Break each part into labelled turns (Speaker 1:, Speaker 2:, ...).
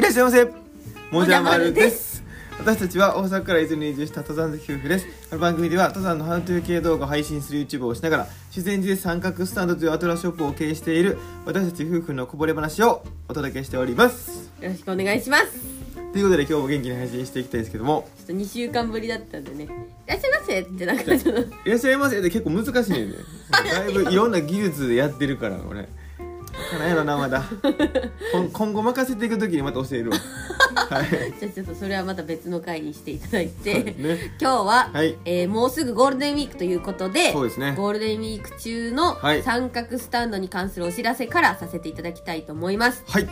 Speaker 1: らっしゃいませも
Speaker 2: も
Speaker 1: じ
Speaker 2: じ
Speaker 1: ゃ
Speaker 2: ゃ
Speaker 1: ま
Speaker 2: ま
Speaker 1: る
Speaker 2: る
Speaker 1: で
Speaker 2: ですす
Speaker 1: 私たちは大阪から伊豆に移住した登山好き夫婦ですこの番組では登山のハウトゥー系動画を配信する YouTube をしながら修善寺で三角スタンドというアトラショップを経営している私たち夫婦のこぼれ話をお届けしております
Speaker 2: よろしくお願いします
Speaker 1: ということで今日も元気に配信していきたいんですけども
Speaker 2: ちょっと2週間ぶりだったんでね「いらっしゃいませ」ってなんかちょっと
Speaker 1: いらっしゃいませって結構難しいねんねだいぶいろんな技術でやってるから俺分からんやろなまだこん今後任せていく時にまた教えるわはい
Speaker 2: じゃあちょっとそれはまた別の回にしていただい
Speaker 1: そ
Speaker 2: て、
Speaker 1: うですね
Speaker 2: 今日は、
Speaker 1: はい
Speaker 2: えーもうすぐゴールデンウィークということで
Speaker 1: そうですね
Speaker 2: ゴールデンウィーク中の
Speaker 1: はい
Speaker 2: 三角スタンドに関するお知らせからさせていただきたいと思います、
Speaker 1: はい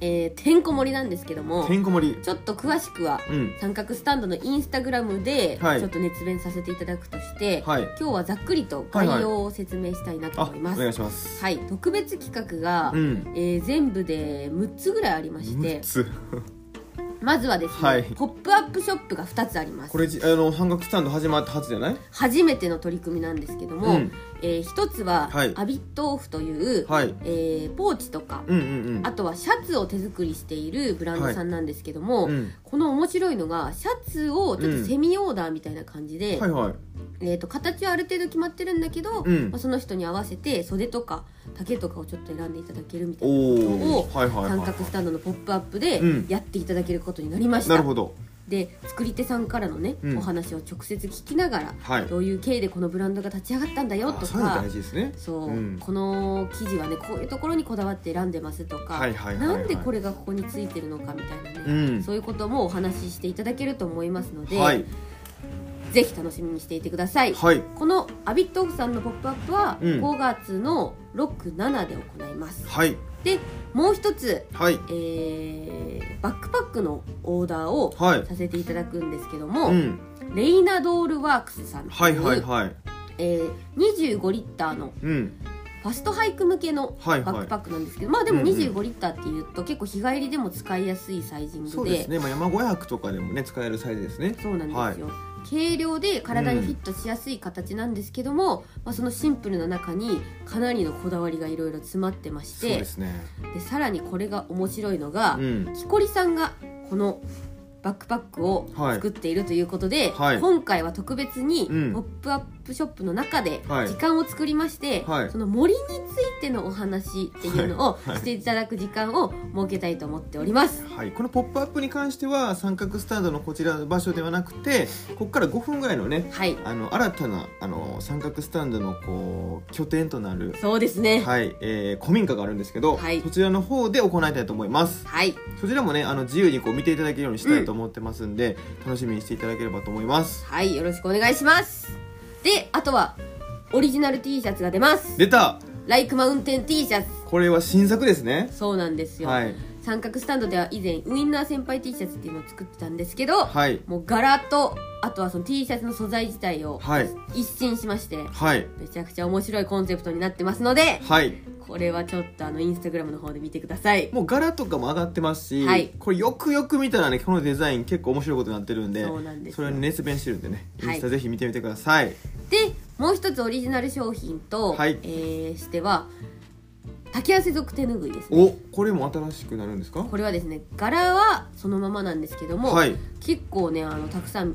Speaker 2: えーてんこ盛りなんですけども
Speaker 1: てんこ盛り
Speaker 2: ちょっと詳しくは、
Speaker 1: うん
Speaker 2: 三角スタンドのインスタグラムで、
Speaker 1: はい
Speaker 2: ちょっと熱弁させていただくとして、
Speaker 1: はい
Speaker 2: 今日はざっくりと概要を説明したいなと
Speaker 1: あ
Speaker 2: 思いま
Speaker 1: お
Speaker 2: す、
Speaker 1: 願いします
Speaker 2: はい、特別企画が、
Speaker 1: うん
Speaker 2: えー全部で6つぐらいありまして
Speaker 1: 6つ
Speaker 2: まずはですね、
Speaker 1: はい
Speaker 2: ポップアップショップが2つあります
Speaker 1: これじあの半額スタンド始まった初じゃない
Speaker 2: 初めての取り組みなんですけども、
Speaker 1: うん
Speaker 2: え1つは、
Speaker 1: はい
Speaker 2: アビットオフという、
Speaker 1: はい
Speaker 2: えーポーチとか、
Speaker 1: うんうんうん
Speaker 2: あとはシャツを手作りしているブランドさんなんですけども、
Speaker 1: はいうん
Speaker 2: この面白いのがシャツをちょっとセミオーダーみたいな感じで、
Speaker 1: はいはい
Speaker 2: えー、と形はある程度決まってるんだけど、
Speaker 1: うん
Speaker 2: まあ、その人に合わせて袖とか丈とかをちょっと選んでいただけるみた
Speaker 1: お
Speaker 2: いな
Speaker 1: お
Speaker 2: ことを
Speaker 1: はいはい
Speaker 2: 三
Speaker 1: は
Speaker 2: 角スタンドのポップアップで
Speaker 1: うん
Speaker 2: やっていただけることになりまし
Speaker 1: い
Speaker 2: た、
Speaker 1: なるほど
Speaker 2: で作り手さんからのね、
Speaker 1: うん
Speaker 2: お話を直接聞きながら、
Speaker 1: はい
Speaker 2: どういう経緯でこのブランドが立ち上がったんだよ
Speaker 1: あ
Speaker 2: と
Speaker 1: そういうの
Speaker 2: か
Speaker 1: 大事ですね
Speaker 2: そう、
Speaker 1: うん
Speaker 2: この生地はねこういうところにこだわって選んでますとか、
Speaker 1: はいはいはいはい
Speaker 2: なんでこれがここについてるのかみたいな
Speaker 1: う
Speaker 2: ね、
Speaker 1: ん
Speaker 2: そういうこともお話ししていただけると思いますので、
Speaker 1: はい
Speaker 2: ぜひ楽しみにしていてください、
Speaker 1: はい
Speaker 2: このアビットオフさんの「ポップアップは
Speaker 1: うん
Speaker 2: 5月の67で行います、
Speaker 1: はい
Speaker 2: でもう一つ、
Speaker 1: はい
Speaker 2: えーバックパックのオーダーを
Speaker 1: はい
Speaker 2: させていただくんですけども、
Speaker 1: うん
Speaker 2: レイナドールワークスさんという
Speaker 1: はいはいはい
Speaker 2: えー25リッターの
Speaker 1: うん
Speaker 2: ファストハイク向けのバ
Speaker 1: はいはい
Speaker 2: ックパックなんですけど、まあ
Speaker 1: うんうん
Speaker 2: でも25リッターっていうと結構日帰りでも使いやすいサイジングで
Speaker 1: そうですねまあ山小屋泊とかでもね使えるサイズですね
Speaker 2: そうなんですよ、軽量で体にフィットしやすい形なんですけども、まあ、そのシンプルな中にかなりのこだわりがいろいろ詰まってまし
Speaker 1: そう
Speaker 2: て
Speaker 1: ですね
Speaker 2: でさらにこれが面白いのが、
Speaker 1: うん
Speaker 2: きこりさんがこのバックパックを
Speaker 1: はい
Speaker 2: 作っているということで、
Speaker 1: はい
Speaker 2: 今回は特別に「ポ
Speaker 1: うん
Speaker 2: ップアップショップの中で
Speaker 1: はい
Speaker 2: 時間を作りまして、
Speaker 1: はい
Speaker 2: その森についてのお話っていうのを
Speaker 1: はい
Speaker 2: していただく時間を設けたいと思っております。
Speaker 1: はい、この「ポップアップに関しては三角スタンドのこちらの場所ではなくてここから5分ぐらいのね
Speaker 2: はい、
Speaker 1: あの新たなあの三角スタンドのこう拠点となる、
Speaker 2: そうですね、
Speaker 1: はいえー古民家があるんですけど、
Speaker 2: はい
Speaker 1: そちらの方で行いたいと思います
Speaker 2: はい
Speaker 1: そちらもねあの自由にこう見ていただけるようにしたいと思ってますんで、楽しみにしていただければと思います
Speaker 2: はい、よろしくお願いします。で、あとは、オリジナル T シャツが出ます。
Speaker 1: 出た
Speaker 2: ライクマウンテン T シャツ。
Speaker 1: これは新作ですね
Speaker 2: そうなんですよ。
Speaker 1: はい
Speaker 2: 三角スタンドでは以前、ウインナー先輩 T シャツっていうのを作ってたんですけど、
Speaker 1: はい
Speaker 2: もう柄と、あとはその T シャツの素材自体を
Speaker 1: はい
Speaker 2: 一新しまして、
Speaker 1: はい
Speaker 2: めちゃくちゃ面白いコンセプトになってますので、
Speaker 1: はい
Speaker 2: これはちょっとあの、インスタグラムの方で見てください。
Speaker 1: もう柄とかも上がってますし、
Speaker 2: はい
Speaker 1: これよくよく見たらねこのデザイン結構面白いことになってるんで
Speaker 2: そうなんですよ
Speaker 1: それに熱弁してるんでねイ
Speaker 2: は
Speaker 1: ン
Speaker 2: い
Speaker 1: スタぜひ見てみてください、
Speaker 2: で、もう一つオリジナル商品と、
Speaker 1: はい
Speaker 2: えー、しては、竹汗族手ぬぐいですね。
Speaker 1: おこれも新しくなるんですか
Speaker 2: これはですね柄はそのままなんですけども、
Speaker 1: はい
Speaker 2: 結構ねあのたくさん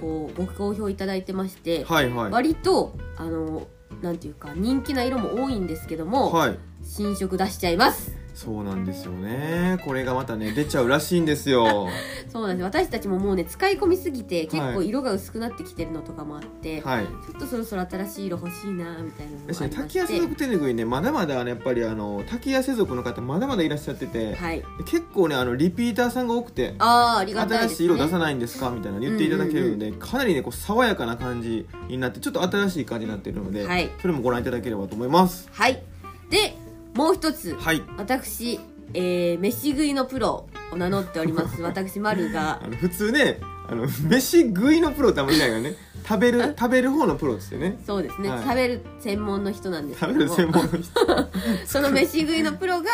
Speaker 2: こうご好評いただいてまして、
Speaker 1: はいはい
Speaker 2: 割とあのなんていうか人気な色も多いんですけども、
Speaker 1: はい
Speaker 2: 新色出しちゃいます
Speaker 1: そうなんですよねこれがまたね出ちゃうらしいんです よ
Speaker 2: そうなんです私たちももうね使い込みすぎて結
Speaker 1: は
Speaker 2: 構
Speaker 1: い
Speaker 2: 色が薄くなってきてるのとかもあって、
Speaker 1: はい
Speaker 2: ちょっとそろそろ新しい色欲しいなみたいなのもあ
Speaker 1: 確か
Speaker 2: りまし
Speaker 1: に
Speaker 2: て
Speaker 1: 滝汗族手ぬぐいねまだまだあのやっぱりあの滝汗族の方まだまだいらっしゃってて、
Speaker 2: はい
Speaker 1: 結構ねあのリピーターさんが多くて
Speaker 2: あーありがたい
Speaker 1: 新
Speaker 2: です、ね、
Speaker 1: しい色出さないんですかみたいなの言っていただけるので、かなりねこう爽やかな感じになってちょっと新しい感じになっているので、
Speaker 2: はい
Speaker 1: それもご覧いただければと思います
Speaker 2: はいでもう一つ
Speaker 1: はい
Speaker 2: 私、えー、飯食いのプロを名乗っており ます私マルが
Speaker 1: あの普通ねあの飯食いのプロってあんまりいないからね食べる食べる方のプロですよね
Speaker 2: そうですね、
Speaker 1: はい
Speaker 2: 食べる専門の人なんですけ
Speaker 1: 食
Speaker 2: ど
Speaker 1: べる専
Speaker 2: も
Speaker 1: 門の人
Speaker 2: その飯食いのプロが、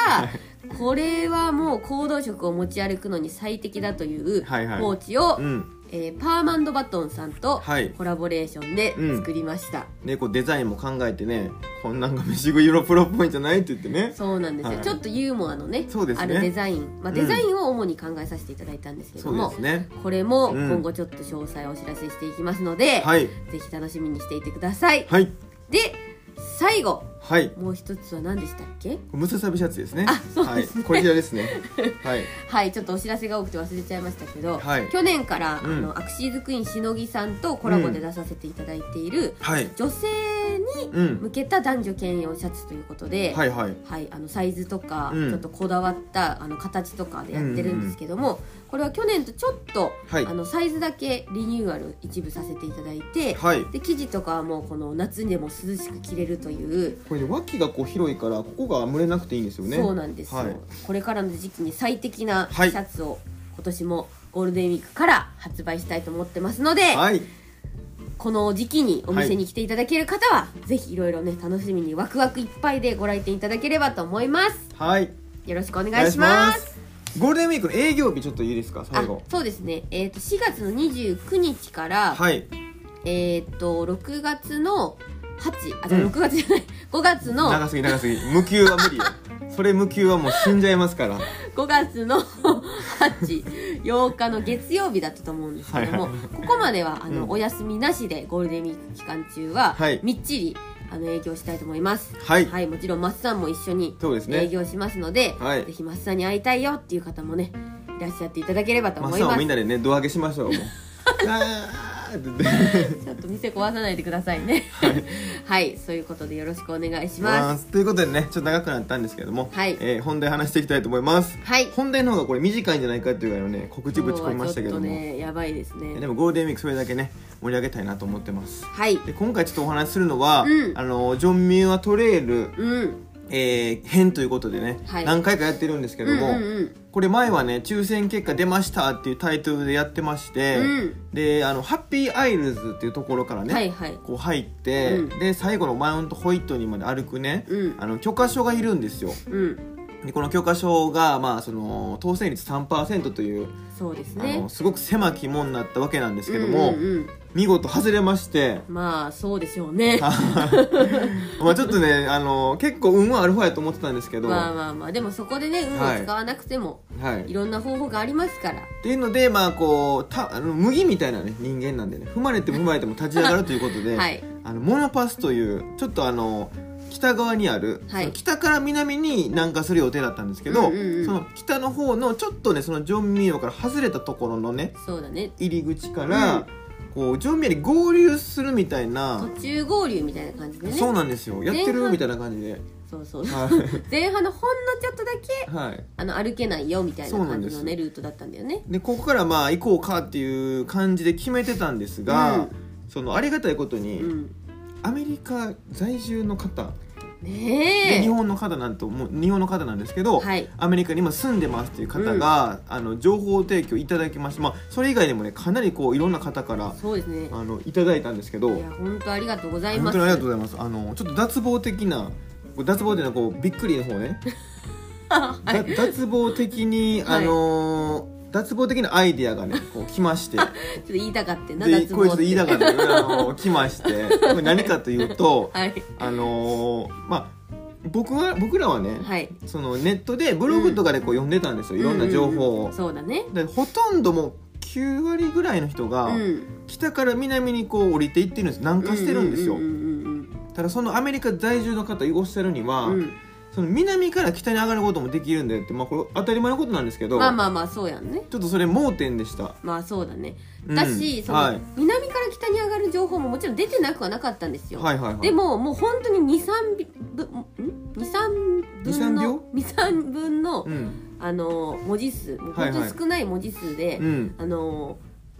Speaker 1: い
Speaker 2: これはもう行動食を持ち歩くのに最適だというポ
Speaker 1: はいはい
Speaker 2: ーチを、
Speaker 1: うん
Speaker 2: えーパーマンドバトンさんと
Speaker 1: はい
Speaker 2: コラボレーションで作りました、
Speaker 1: ねこうデザインも考えてねこんなんが飯食いのプロっぽいんじゃないって言ってね
Speaker 2: そうなんですよ、
Speaker 1: はい
Speaker 2: ちょっとユーモアのね
Speaker 1: そうですね
Speaker 2: あるデザイン、まあ、
Speaker 1: うん
Speaker 2: デザインを主に考えさせていただいたんですけど
Speaker 1: そう
Speaker 2: も、
Speaker 1: ですね
Speaker 2: これも
Speaker 1: うん
Speaker 2: 今後ちょっと詳細をお知らせしていきますので、
Speaker 1: はい
Speaker 2: ぜひ楽しみにしていてください、
Speaker 1: はい
Speaker 2: で最後
Speaker 1: はい
Speaker 2: もう一つは何でしたっけ
Speaker 1: ムササビシャツですね
Speaker 2: あそうです
Speaker 1: は
Speaker 2: ね
Speaker 1: い、こちらですねはい
Speaker 2: はいちょっとお知らせが多くて忘れちゃいましたけど、
Speaker 1: はい
Speaker 2: 去年から、
Speaker 1: うん
Speaker 2: あのアクシーズクイーンしのぎさんとコラボで出させていただいている、
Speaker 1: はい
Speaker 2: 女性に
Speaker 1: うん
Speaker 2: 向けた男女兼用シャツということで、
Speaker 1: はいはい
Speaker 2: はい、あのサイズとか、
Speaker 1: うん
Speaker 2: ちょっとこだわったあの形とかでやってるんですけども、これは去年とちょっと、
Speaker 1: はい
Speaker 2: あのサイズだけリニューアル一部させていただいて、
Speaker 1: はい
Speaker 2: で生地とかはもうこの夏にでも涼しく着れるという、
Speaker 1: これね脇がこう広いからここが蒸れなくていいんですよね
Speaker 2: そうなんですよ、
Speaker 1: はい
Speaker 2: これからの時期に最適なシ
Speaker 1: はい
Speaker 2: ャツを今年もゴールデンウィークから発売したいと思ってますので、
Speaker 1: はい
Speaker 2: この時期にお店に来ていただける方は、ぜひいろいろね楽しみにワクワクいっぱいでご来店いただければと思います
Speaker 1: はい
Speaker 2: よろしくお願いします
Speaker 1: ゴールデンウィークの営業日ちょっといいですか最後
Speaker 2: あそうですね、えー、と4月の29日から、
Speaker 1: はい
Speaker 2: えっ、と6月の8あじゃあ
Speaker 1: うん
Speaker 2: 6月じゃない、5月 の
Speaker 1: 長すぎ長すぎ無給は無 理よそれ無給はもう死んじゃいますから
Speaker 2: 5月の88日の月曜日だったと思うんですけども、
Speaker 1: はい
Speaker 2: ここまではあの、
Speaker 1: うん
Speaker 2: お休みなしでゴールデンウィーク期間中は、
Speaker 1: はい
Speaker 2: みっちりあの営業したいと思います
Speaker 1: はい
Speaker 2: もちろん松さんも一緒に
Speaker 1: そうですね
Speaker 2: 営業しますので
Speaker 1: はい
Speaker 2: ぜひ松さんに会いたいよっていう方もねいらっしゃっていただければと
Speaker 1: マ
Speaker 2: 思
Speaker 1: ッ
Speaker 2: い
Speaker 1: サン
Speaker 2: ま
Speaker 1: を
Speaker 2: す
Speaker 1: みんなでね胴上げしましょ うもうあーって言って
Speaker 2: ちょっと店壊さないでくださいね。はい、そういうことでよろしくお願いし
Speaker 1: ま
Speaker 2: ます
Speaker 1: あ。ということでねちょっと長くなったんですけども、
Speaker 2: はい
Speaker 1: えー本題話していきたいと思います、
Speaker 2: はい
Speaker 1: 本題の方がこれ短いんじゃないかっていうぐらいのね告知ぶち込みましたけども、
Speaker 2: 今日はちょっとね、やばいです
Speaker 1: で
Speaker 2: ね。
Speaker 1: もゴールデンウィークそれだけね盛り上げたいなと思ってます
Speaker 2: はい、
Speaker 1: で今回ちょっとお話しするのは、
Speaker 2: うん
Speaker 1: あのジョンミューアトレイル、
Speaker 2: うん、
Speaker 1: えー編ということでね、
Speaker 2: はい
Speaker 1: 何回かやってるんですけ
Speaker 2: う
Speaker 1: ど
Speaker 2: ん、う
Speaker 1: も、
Speaker 2: ん、うん、
Speaker 1: これ前はね抽選結果出ましたっていうタイトルでやってまして、
Speaker 2: うん
Speaker 1: であのハッピーアイルズっていうところからね、
Speaker 2: はい、はい、
Speaker 1: こう入って、
Speaker 2: うん
Speaker 1: で最後のマウントホイットニーまで歩くね、
Speaker 2: うん
Speaker 1: あの許可証がいるんですよ
Speaker 2: うん、
Speaker 1: でこの許可証が、まあ、その当選率3%という、
Speaker 2: そうです
Speaker 1: あ
Speaker 2: ね
Speaker 1: の。すごく狭き門になったわけなんですけども、
Speaker 2: うんうんうん
Speaker 1: 見事外れまして
Speaker 2: まあ、そうでしょうね。
Speaker 1: まあちょっと ねあの結構運はある方やと思ってたんですけど、
Speaker 2: まあ、まあ、まあ、でも、そこでね、運を使わなくても、
Speaker 1: はい、
Speaker 2: いろんな方法がありますから。
Speaker 1: っていうのでまあこうたあの麦みたいなね人間なんでね踏まれても踏まれても立ち上がるということで、
Speaker 2: はい
Speaker 1: あのモノパスというちょっとあの北側にある、
Speaker 2: はい
Speaker 1: その北から南に南下する予定だったんですけど、
Speaker 2: うんうんうん
Speaker 1: その北の方のちょっとねそのジョンミーオから外れたところのね
Speaker 2: そうだね。
Speaker 1: 入り口から、
Speaker 2: うん
Speaker 1: こうジョンミーオに合流するみたいな、
Speaker 2: 途中合流みたいな感じでね。
Speaker 1: そうなんですよやって
Speaker 2: 前
Speaker 1: る
Speaker 2: 半
Speaker 1: みたいな感じで、
Speaker 2: そうそう。
Speaker 1: は
Speaker 2: 前半のほんのちょっとだけ、
Speaker 1: いはい、
Speaker 2: あの、歩けないよみたいな
Speaker 1: そうなん
Speaker 2: 感
Speaker 1: で
Speaker 2: じ
Speaker 1: す
Speaker 2: のね、ルートだったんだよね。
Speaker 1: でここからまあ行こうかっていう感じで決めてたんですが、
Speaker 2: うん
Speaker 1: そのありがたいことに、
Speaker 2: うん。
Speaker 1: アメリカ在住の方
Speaker 2: ね
Speaker 1: で
Speaker 2: え。
Speaker 1: 日本の方なんともう日本の方なんですけど、
Speaker 2: はい
Speaker 1: アメリカに今住んでますっていう方が、あの情報提供いただきまして、まあ、それ以外でもねかなりこういろんな方から
Speaker 2: そうですね。
Speaker 1: あのいただいたんですけど
Speaker 2: いや本当ありがとうございま
Speaker 1: 本当
Speaker 2: す。
Speaker 1: にありがとうございますあのちょっと脱帽的な脱帽っていうのはこうびっくりの方ね、
Speaker 2: は
Speaker 1: だ脱帽的に、
Speaker 2: はい
Speaker 1: あのー脱帽的なアイディアがねこう来まして。
Speaker 2: ちょっと言いたかったな
Speaker 1: で
Speaker 2: 夏
Speaker 1: こ
Speaker 2: も
Speaker 1: れちょっと言いながらね、あの来まして これ何かというと、
Speaker 2: はい
Speaker 1: あのーまあ僕は僕らはね、
Speaker 2: はい。
Speaker 1: そのネットでブログとかでこう読んでたんですよ、いろんな情報
Speaker 2: うんうん
Speaker 1: を
Speaker 2: うん、そうだね。
Speaker 1: でほとんどもう9割ぐらいの人
Speaker 2: う
Speaker 1: が
Speaker 2: ん。
Speaker 1: 北から南にこう降りていってるんです南下してるんですよ、
Speaker 2: うんうん
Speaker 1: ただそのアメリカ在住の方おっしゃるには、
Speaker 2: うんうんうん
Speaker 1: その南から北に上がることもできるんだよって、まあ、これ当たり前のことなんですけど、
Speaker 2: まあまあまあそうやんね。
Speaker 1: ちょっとそれ盲点でした
Speaker 2: まあそうだね。
Speaker 1: うん
Speaker 2: だし、その、
Speaker 1: はい
Speaker 2: 南から北に上がる情報ももちろん出てなくはなかったんですよ。
Speaker 1: はいはいはい
Speaker 2: でももう本当に二三分ん二三
Speaker 1: 二
Speaker 2: 分
Speaker 1: 三
Speaker 2: の
Speaker 1: 秒
Speaker 2: 二三分の、
Speaker 1: うん
Speaker 2: あの文字数もう本当に少ない文字数で、
Speaker 1: うん
Speaker 2: あの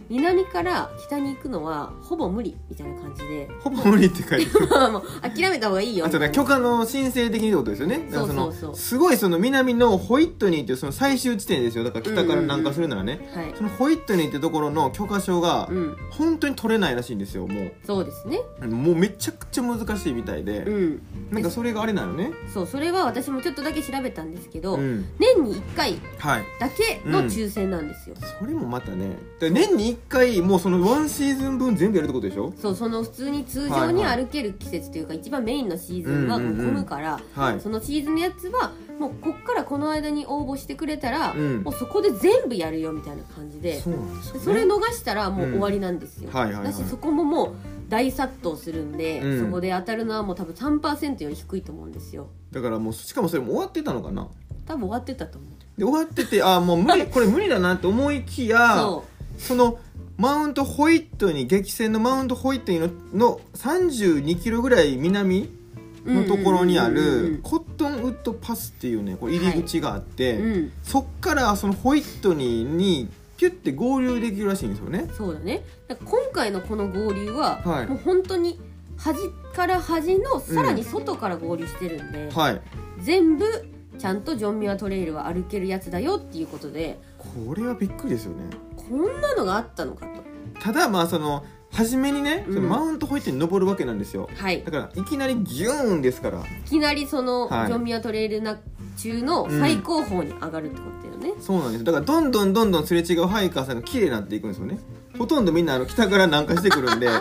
Speaker 2: 南から北に行くのはほぼ無理みたいな感じで。
Speaker 1: ほぼ無理って書いてある
Speaker 2: まあもう諦めた方がいいよ
Speaker 1: あとね許可の申請的にってことですよねだからその
Speaker 2: そうそうそう
Speaker 1: すごいその南のホイットニーっていうその最終地点ですよだから北から南下するならね、
Speaker 2: はい
Speaker 1: そのホイットニーってところの許可証が
Speaker 2: うん
Speaker 1: 本当に取れないらしいんですよも
Speaker 2: そうですね
Speaker 1: うもうめちゃくちゃ難しいみたいで、
Speaker 2: うん
Speaker 1: なんかそれがあれなのね
Speaker 2: そうそれは私もちょっとだけ調べたんですけど、
Speaker 1: うん
Speaker 2: 年に1回
Speaker 1: はい
Speaker 2: だけの抽選なんですよ、
Speaker 1: それもまたねだから年に1回もうそのワンシーズン分全部やるってことでしょ
Speaker 2: そうその普通に通常に
Speaker 1: はいは
Speaker 2: 歩ける季節というか、一番メインのシーズンは
Speaker 1: うん
Speaker 2: も
Speaker 1: う
Speaker 2: うん
Speaker 1: うん
Speaker 2: 混むから、
Speaker 1: はい
Speaker 2: そのシーズンのやつはもうこっからこの間に応募してくれたら、
Speaker 1: うん
Speaker 2: もうそこで全部やるよみたいな感じで
Speaker 1: そうなんですよ、ね、
Speaker 2: それ逃したらもう
Speaker 1: うん
Speaker 2: 終わりなんですよ、
Speaker 1: はいはいはい
Speaker 2: だしそこももう大殺到するんで、
Speaker 1: うん
Speaker 2: そこで当たるのはもう多分3%より低いと思うんですよ
Speaker 1: だからもうしかもそれも終わってたのかな
Speaker 2: 多分終わってたと思う
Speaker 1: で終わっててあーもう無理これ無理だなと思いきや
Speaker 2: そ
Speaker 1: そのマウントホイットに激戦のマウントホイットにのの32キロぐらい南
Speaker 2: う
Speaker 1: のところにあ
Speaker 2: うんうん
Speaker 1: るコットンウッドパスっていうねこれ入り口があって、
Speaker 2: うんうんうん
Speaker 1: そっからそのホイットニーにピュッて合流できるらしいんですよね
Speaker 2: そうだねだから今回のこの合流は、
Speaker 1: はい
Speaker 2: もう本当に端から端のさらに外から合流してるんで、
Speaker 1: はい
Speaker 2: 全部ちゃんとジョンミワトレイルは歩けるやつだよっていうことで
Speaker 1: これはびっくりですよね
Speaker 2: こんなのがあったのかと
Speaker 1: ただまあその初めにね、
Speaker 2: うん
Speaker 1: そのマウントホイットに登るわけなんですよ
Speaker 2: はい
Speaker 1: だからいきなりギューンですから
Speaker 2: いきなりそのジ
Speaker 1: はい
Speaker 2: ョンミワトレイルな中の最高峰に上がるってことだよね、
Speaker 1: そうなんですだからどんどんどんどんすれ違うハイカーさんが綺麗になっていくんですよねほとんどみんなあの北から南下してく るんで
Speaker 2: る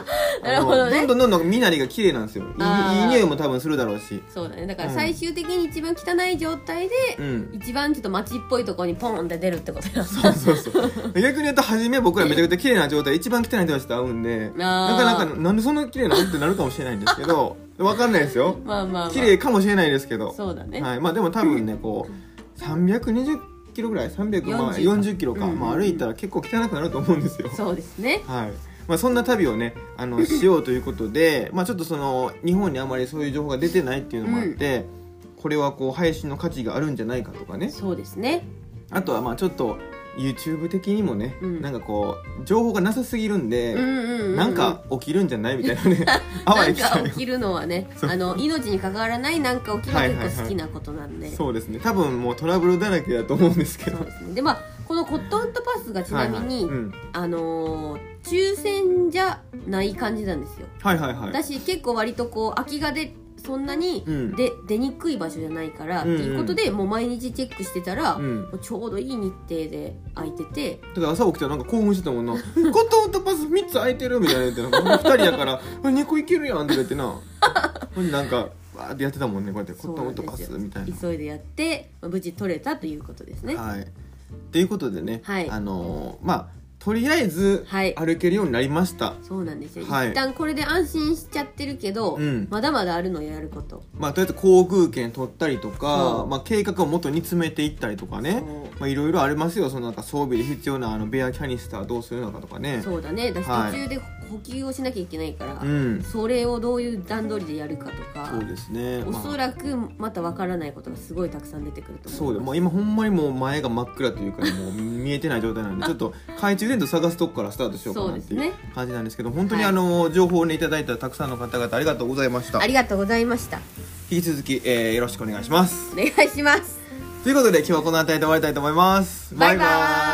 Speaker 2: ほどね
Speaker 1: あのどんどんどんどん身なりが綺麗なんですよいい
Speaker 2: あー
Speaker 1: いい匂いも多分するだろうし
Speaker 2: そうだねだから最終的に一番汚い状態で、
Speaker 1: うん
Speaker 2: 一番ちょっと街っぽいところにポンって出るってことだ
Speaker 1: そうそうそう逆に言うと初め僕らめちゃくちゃ綺麗な状態一番汚い人たちと会うんでな
Speaker 2: な
Speaker 1: かなかなんでそんな綺麗なのってなるかもしれないんですけ どわかんないですよ
Speaker 2: まあまあ、まあ、
Speaker 1: 綺麗かもしれないですけど、
Speaker 2: そうだね、
Speaker 1: はい、まあでも多分ねこう320キロぐらい340、まあ、
Speaker 2: 40
Speaker 1: 40キロか、
Speaker 2: うんうん
Speaker 1: まあ、歩いたら結構汚くなると思うんですよ
Speaker 2: そうですね
Speaker 1: はいまあ、そんな旅をねあ のしようということでまあちょっとその日本にあまりそういう情報が出てないっていうのもあって、これはこう配信の価値があるんじゃないかとかね
Speaker 2: そうですね
Speaker 1: あとはまあちょっと YouTube 的にもね、
Speaker 2: うん
Speaker 1: なんかこう情報がなさすぎるんで、
Speaker 2: うんうんうんうん
Speaker 1: なんか起きるんじゃないみたいなね あわ
Speaker 2: な
Speaker 1: や
Speaker 2: ん
Speaker 1: 期待
Speaker 2: か
Speaker 1: を
Speaker 2: 起きるのはね
Speaker 1: そう
Speaker 2: あの命に関わらないなんか起きるのは結構好きなことなんで、
Speaker 1: そうですね多分もうトラブルだらけだと思うんですけど
Speaker 2: そうですねでまあこのコットンとパスがちなみに、
Speaker 1: はいはいうん、
Speaker 2: あのー抽選じゃない感じなんですよ
Speaker 1: はいはいはい
Speaker 2: だし結構割とこう空きがでそんなに
Speaker 1: うん
Speaker 2: で、出にくい場所じゃないから、
Speaker 1: うんうん
Speaker 2: っていうことでもう毎日チェックしてたら、
Speaker 1: うん
Speaker 2: もうちょうどいい日程で空いてて
Speaker 1: だから朝起きたらなんか興奮してたもんな「コトンとパス3つ空いてる」みたいな言ってなんか2人やから「あ猫いけるやん」とか言って なほんでなんかわーってやってたもんねこうやって「コ
Speaker 2: そう
Speaker 1: ト
Speaker 2: な
Speaker 1: ン
Speaker 2: ん
Speaker 1: と
Speaker 2: で
Speaker 1: パ
Speaker 2: す
Speaker 1: ス
Speaker 2: よ」
Speaker 1: みたいな。
Speaker 2: 急いでやって、まあ、無事取れたということですね
Speaker 1: はい、っていうことでね、
Speaker 2: はい
Speaker 1: あのーまあとりあえず
Speaker 2: はい
Speaker 1: 歩けるようになりました、
Speaker 2: そうなんですよ、
Speaker 1: はい
Speaker 2: 一旦これで安心しちゃってるけど、
Speaker 1: うん
Speaker 2: まだまだあるのよやること
Speaker 1: まあ、とりあえず航空券取ったりと
Speaker 2: そ
Speaker 1: か
Speaker 2: う、
Speaker 1: まあ、計画を元に詰めていったりとかね
Speaker 2: そう
Speaker 1: まあいろいろありますよそのなんか装備で必要なあのベアキャニスターどうするのかとかね
Speaker 2: そうだねだし
Speaker 1: はい
Speaker 2: 途中で補給をしなきゃいけないから、
Speaker 1: うん
Speaker 2: それをどういう段取りでやるかとか
Speaker 1: そうですね
Speaker 2: お
Speaker 1: まあ
Speaker 2: そらくまたわからないことがすごいたくさん出てくると
Speaker 1: そ
Speaker 2: 思
Speaker 1: う
Speaker 2: い
Speaker 1: で
Speaker 2: ます
Speaker 1: もう今ほんまにもう前が真っ暗というかもう見えてない状態なんでちょっと懐中電灯探すとこからスタートしようかなってい
Speaker 2: そう
Speaker 1: う
Speaker 2: です
Speaker 1: 感じなんですけど本当に
Speaker 2: はい
Speaker 1: あの情報をねいただいたたくさんの方々ありがとうございました
Speaker 2: ありがとうございました
Speaker 1: 引き続き、えーよろしくお願いします
Speaker 2: お願いします
Speaker 1: ということで今日はこの辺りで終わりたいと思います
Speaker 2: バイバーイ